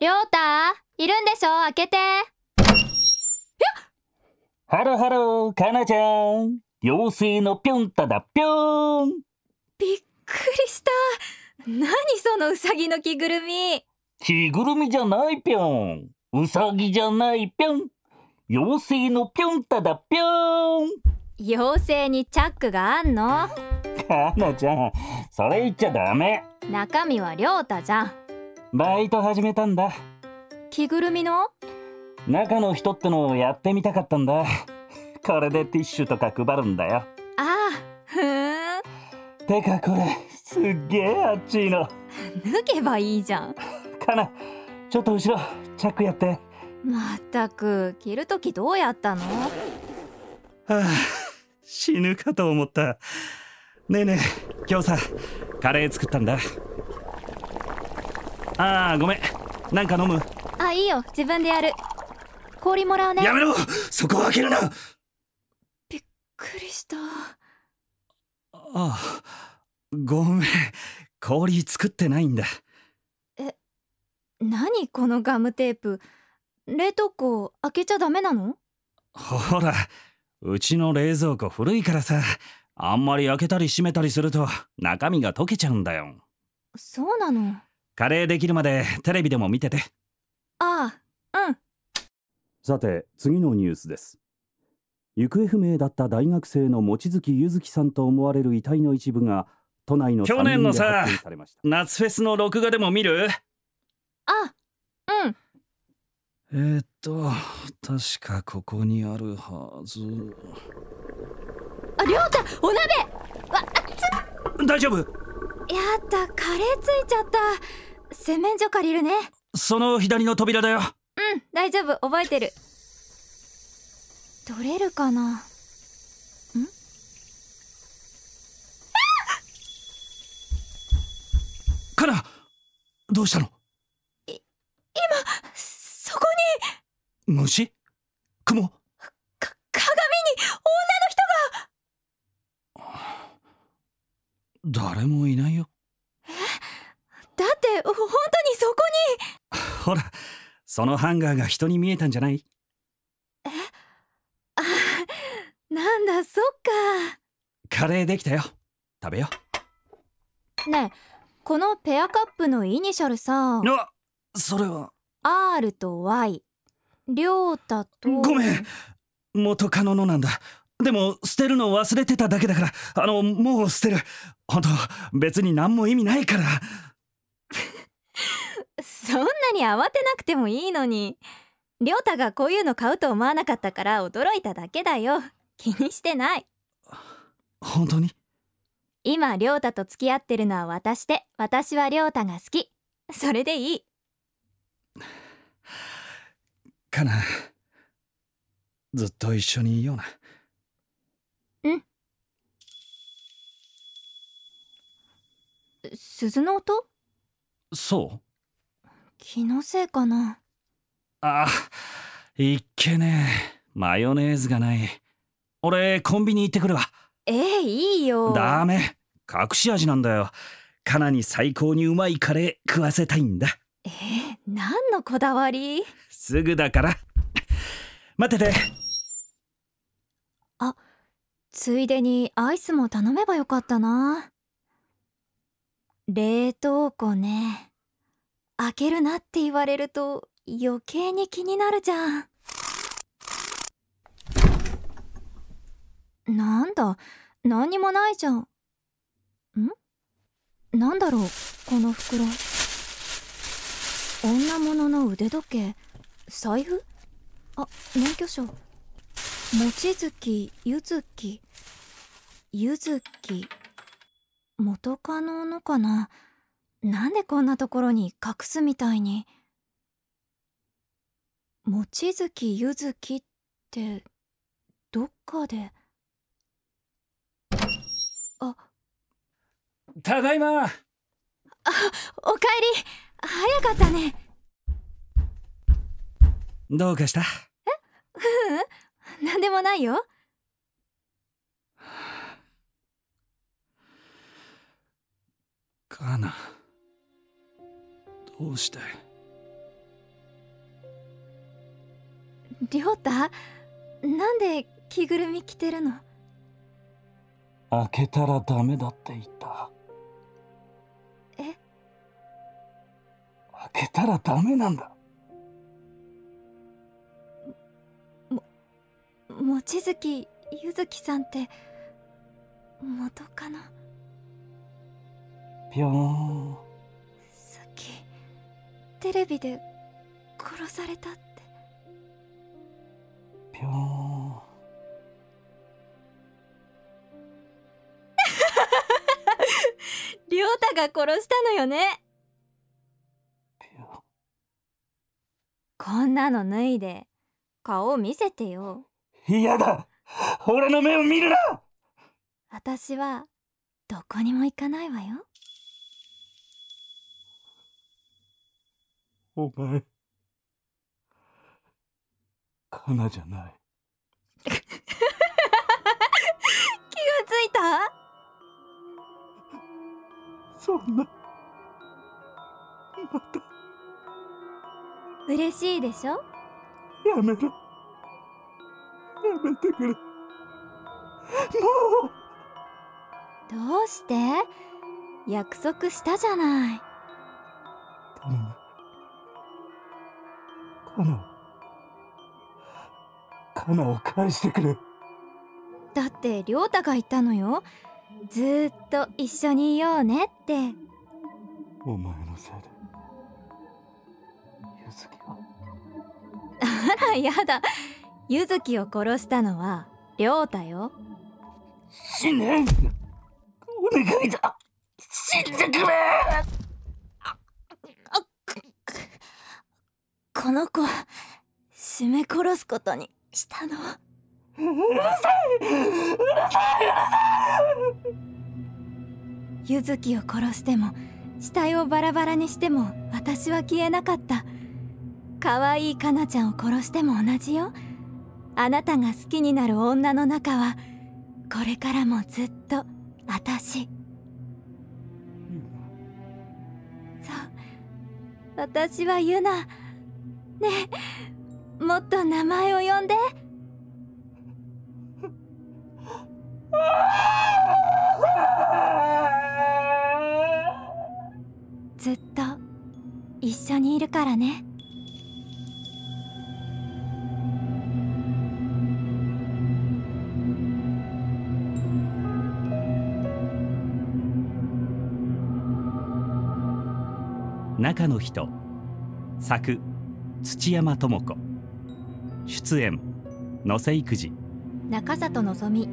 りょうたいるんでしょ開けてハロハロー、かなちゃん。妖精のぴょんただぴょん。びっくりした何そのうさぎの着ぐるみ着ぐるみじゃないぴょん。うさぎじゃないぴょん。妖精のぴょんただぴょん。妖精にチャックがあんのかなちゃん、それ言っちゃダメ。中身はりょうたじゃんバイト始めたんだ。着ぐるみの中の人ってのをやってみたかったんだ。これでティッシュとか配るんだよ。ああふーんてかこれ、すっげえあっちいの。脱げばいいじゃんかな、ちょっと後ろ、チャックやって。まったく着るときどうやったのはあ、死ぬかと思った。ねえねえ、今日さ、カレー作ったんだ。ああ、ごめん。なんか飲むあいいよ自分でやる氷もらうねやめろそこを開けるなあびっくりしたあ、ごめん。氷作ってないんだ。何このガムテープ冷凍庫開けちゃダメなのほら、うちの冷蔵庫古いからさ、あんまり開けたり閉めたりすると中身が溶けちゃうんだよ。そうなのカレーできるまでテレビでも見てて。ああうんさて次のニュースです行方不明だった大学生の望月ゆずきさんと思われる遺体の一部が都内の去年のさ山林で発見されました夏フェスの録画でも見るあうんえーっと、確かここにあるはず。ありょうたお鍋大丈夫やったカレーついちゃった洗面所借りるねその左の扉だよ。うん大丈夫覚えてる取れるかなんかなどうしたのそこに虫雲か鏡に誰もいないよ。だってほ本当にそこほら、そのハンガーが人に見えたんじゃないになんだそっカレーできたよ。食べよかねえこのペアカップのイニシャルさう。あそれは、 R と Y りょうたとごめん元カノのなんだ。でも、捨てるの忘れてただけだから、あの、もう捨てる。本当別に何も意味ないから。そんなに慌てなくてもいいのにりょうたがこういうの買うと思わなかったから驚いただけだよ気にしてない本当に今りょうたと付き合ってるのは私で私はりょうたが好きそれでいいかなずっと一緒にいような鈴の音そう気のせいかなああいっけねえマヨネーズがない俺コンビニ行ってくるわええいいよダメ隠し味なんだよカナに最高にうまいカレー食わせたいんだええ何のこだわりすぐだから待っててついでにアイスも頼めばよかったな冷凍庫ね開けるなって言われると余計に気になるじゃんなんだ何にもないじゃんんなんだろうこの袋女物の腕時計財布あ免許証望月ゆずきゆずき元カノのかななんでこんなところに隠すみたいに望月ゆずきってどっかでただいまおかえり早かったねどうかしたううんなんでもないよカナどうしてりょうたなんで着ぐるみ着てるの開けたらダメだって言ったえ開けたらダメなんだ望月ゆずきさんって元カノ好ぴょーんきテレビで殺されたってぴょーんりょうたが殺したのよねぴょーんこんなの脱いで顔を見せてよ嫌だ俺の目を見るな私はどこにも行かないわよお前カナじゃない気がついたそんな嬉しいでしょやめろやめてくれもうどうして約束したじゃない頼むカナカナを返してくれだってりょうたが言ったのよずーっと一緒にいようねってお前のせいでゆずきはあ らやだゆずきを殺したのはりょうたよ死ねお願いだ死んでくれこの子絞め殺すことにしたのゆずきを殺しても死体をバラバラにしても私は消えなかった可愛いかなちゃんを殺しても同じよあなたが好きになる女の中はこれからもずっと私そう私はユナねえもっと名前を呼んでずっと一緒にいるからね中の人作土山智子出演野瀬育児中里のぞみ